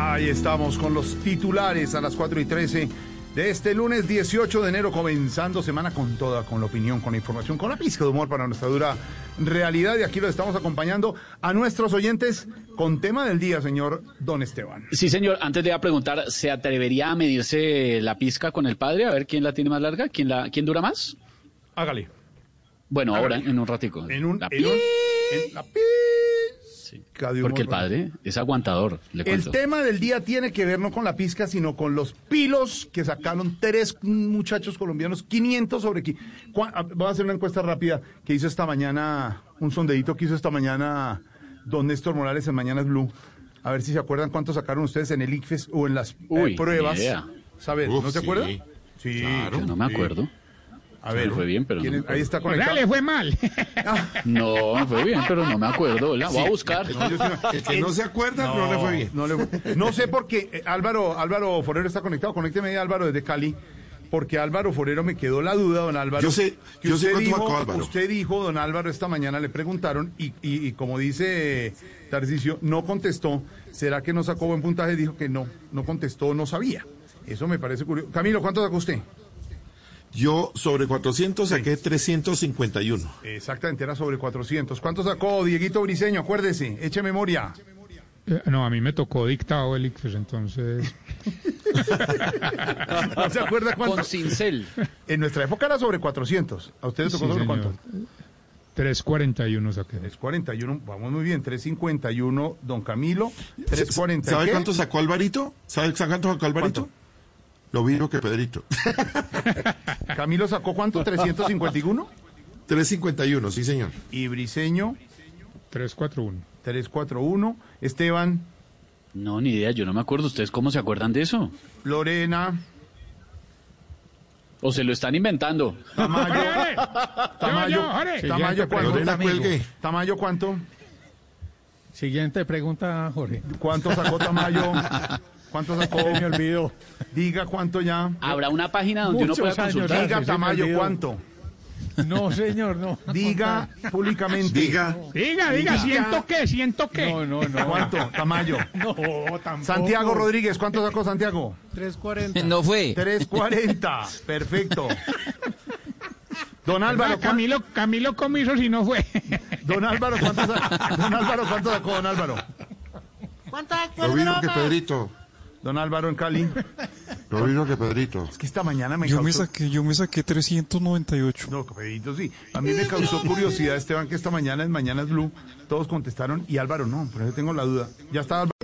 Ahí estamos con los titulares a las 4 y 13 de este lunes 18 de enero, comenzando semana con toda, con la opinión, con la información, con la pizca de humor para nuestra dura realidad. Y aquí lo estamos acompañando a nuestros oyentes con tema del día, señor Don Esteban. Sí, señor. Antes le iba a preguntar, ¿se atrevería a medirse la pizca con el padre? A ver quién la tiene más larga, quién, la, quién dura más. Hágale. Bueno, A ahora, ver. en un ratico. En un. La en un- pi- en la pizca de humor. Porque el padre es aguantador, le El cuento. tema del día tiene que ver no con la pizca, sino con los pilos que sacaron tres muchachos colombianos, 500 sobre... qui- Cua- ah, Voy a hacer una encuesta rápida que hizo esta mañana, un sondeíto que hizo esta mañana don Néstor Morales en Mañanas Blue. A ver si se acuerdan cuántos sacaron ustedes en el ICFES o en las eh, Uy, ni pruebas. idea. ¿Sabes? Uf, ¿No se sí. acuerdan? Sí. Claro. Yo no me acuerdo. A Me fue bien, pero no ¿quién me es? Ahí está Oiga, conectado. le fue mal. No, me fue bien, pero no me acuerdo. La voy a buscar. No, yo sí me- El que no se acuerda, no, le fue bien. No, le fue- no sé por qué. eh, Álvaro, Álvaro Forero está conectado. Conécteme ahí, Álvaro, desde Cali. Porque Álvaro Forero me quedó la duda, don Álvaro. Yo sé- que yo sé usted cuánto dijo, marcó Álvaro. Usted dijo, don Álvaro, esta mañana le preguntaron y, y- y como dice Tarcicio, no contestó. ¿Será que no sacó buen puntaje? Dijo que no, no contestó, no sabía. Eso me parece curioso. Camilo, ¿cuánto sacó usted? Yo sobre 400 saqué 351. Exactamente, era sobre 400. ¿Cuánto sacó Dieguito Briseño? Acuérdese, eche memoria. Eh, No, a mí me tocó dictado el ICFES, entonces. ¿No se acuerda cuánto? Con cincel. En nuestra época era sobre 400. ¿A usted le tocó Sí, sobre señor. cuánto? 341 saqué. 341, vamos muy bien, 351, don Camilo, ¿Sabe 340. cuánto sacó Alvarito? ¿Sabe sabe cuánto sacó Alvarito? ¿Cuánto? Lo mismo que Pedrito. Camilo sacó cuánto, 351. 351, sí, señor. Y Briseño, 341. 341. Esteban, No, ni idea, yo no me acuerdo. ¿Ustedes cómo se acuerdan de eso? Lorena, ¿O se lo están inventando? Tamayo, ¡Órale! Tamayo, Ya, ya, órale. Tamayo, ¿cuánto? Lorena, cuelgue. Tamayo, ¿cuánto? Siguiente pregunta, Jorge. ¿Cuánto sacó Tamayo? ¿Cuánto sacó? Se me olvidó. Diga cuánto ya. ¿Habrá una página donde Muchos uno pueda años. consultar? se Diga me Tamayo, olvidó. ¿cuánto? No, señor, no. Diga públicamente. Diga. Diga, diga, siento que, siento que. No, no, no. ¿Cuánto, Tamayo? No, tampoco. Santiago Rodríguez, ¿cuánto sacó Santiago? 340. No fue. 340. Perfecto. Don Álvaro, Ah, Camilo, Camilo, ¿cómo hizo si no fue? ¿cuán- don Álvaro, ¿cuánto sacó? Don Álvaro, ¿cuánto sacó Don Álvaro? Lo mismo que Pedrito. Don Álvaro en Cali. Lo mismo que Pedrito. Es que esta mañana me Yo me causó- saqué, yo me saqué 398. No, Pedrito, sí. A mí me causó curiosidad, Esteban, que esta mañana en Mañanas Blue todos contestaron y Álvaro no, pero yo tengo la duda. Ya está Álvaro.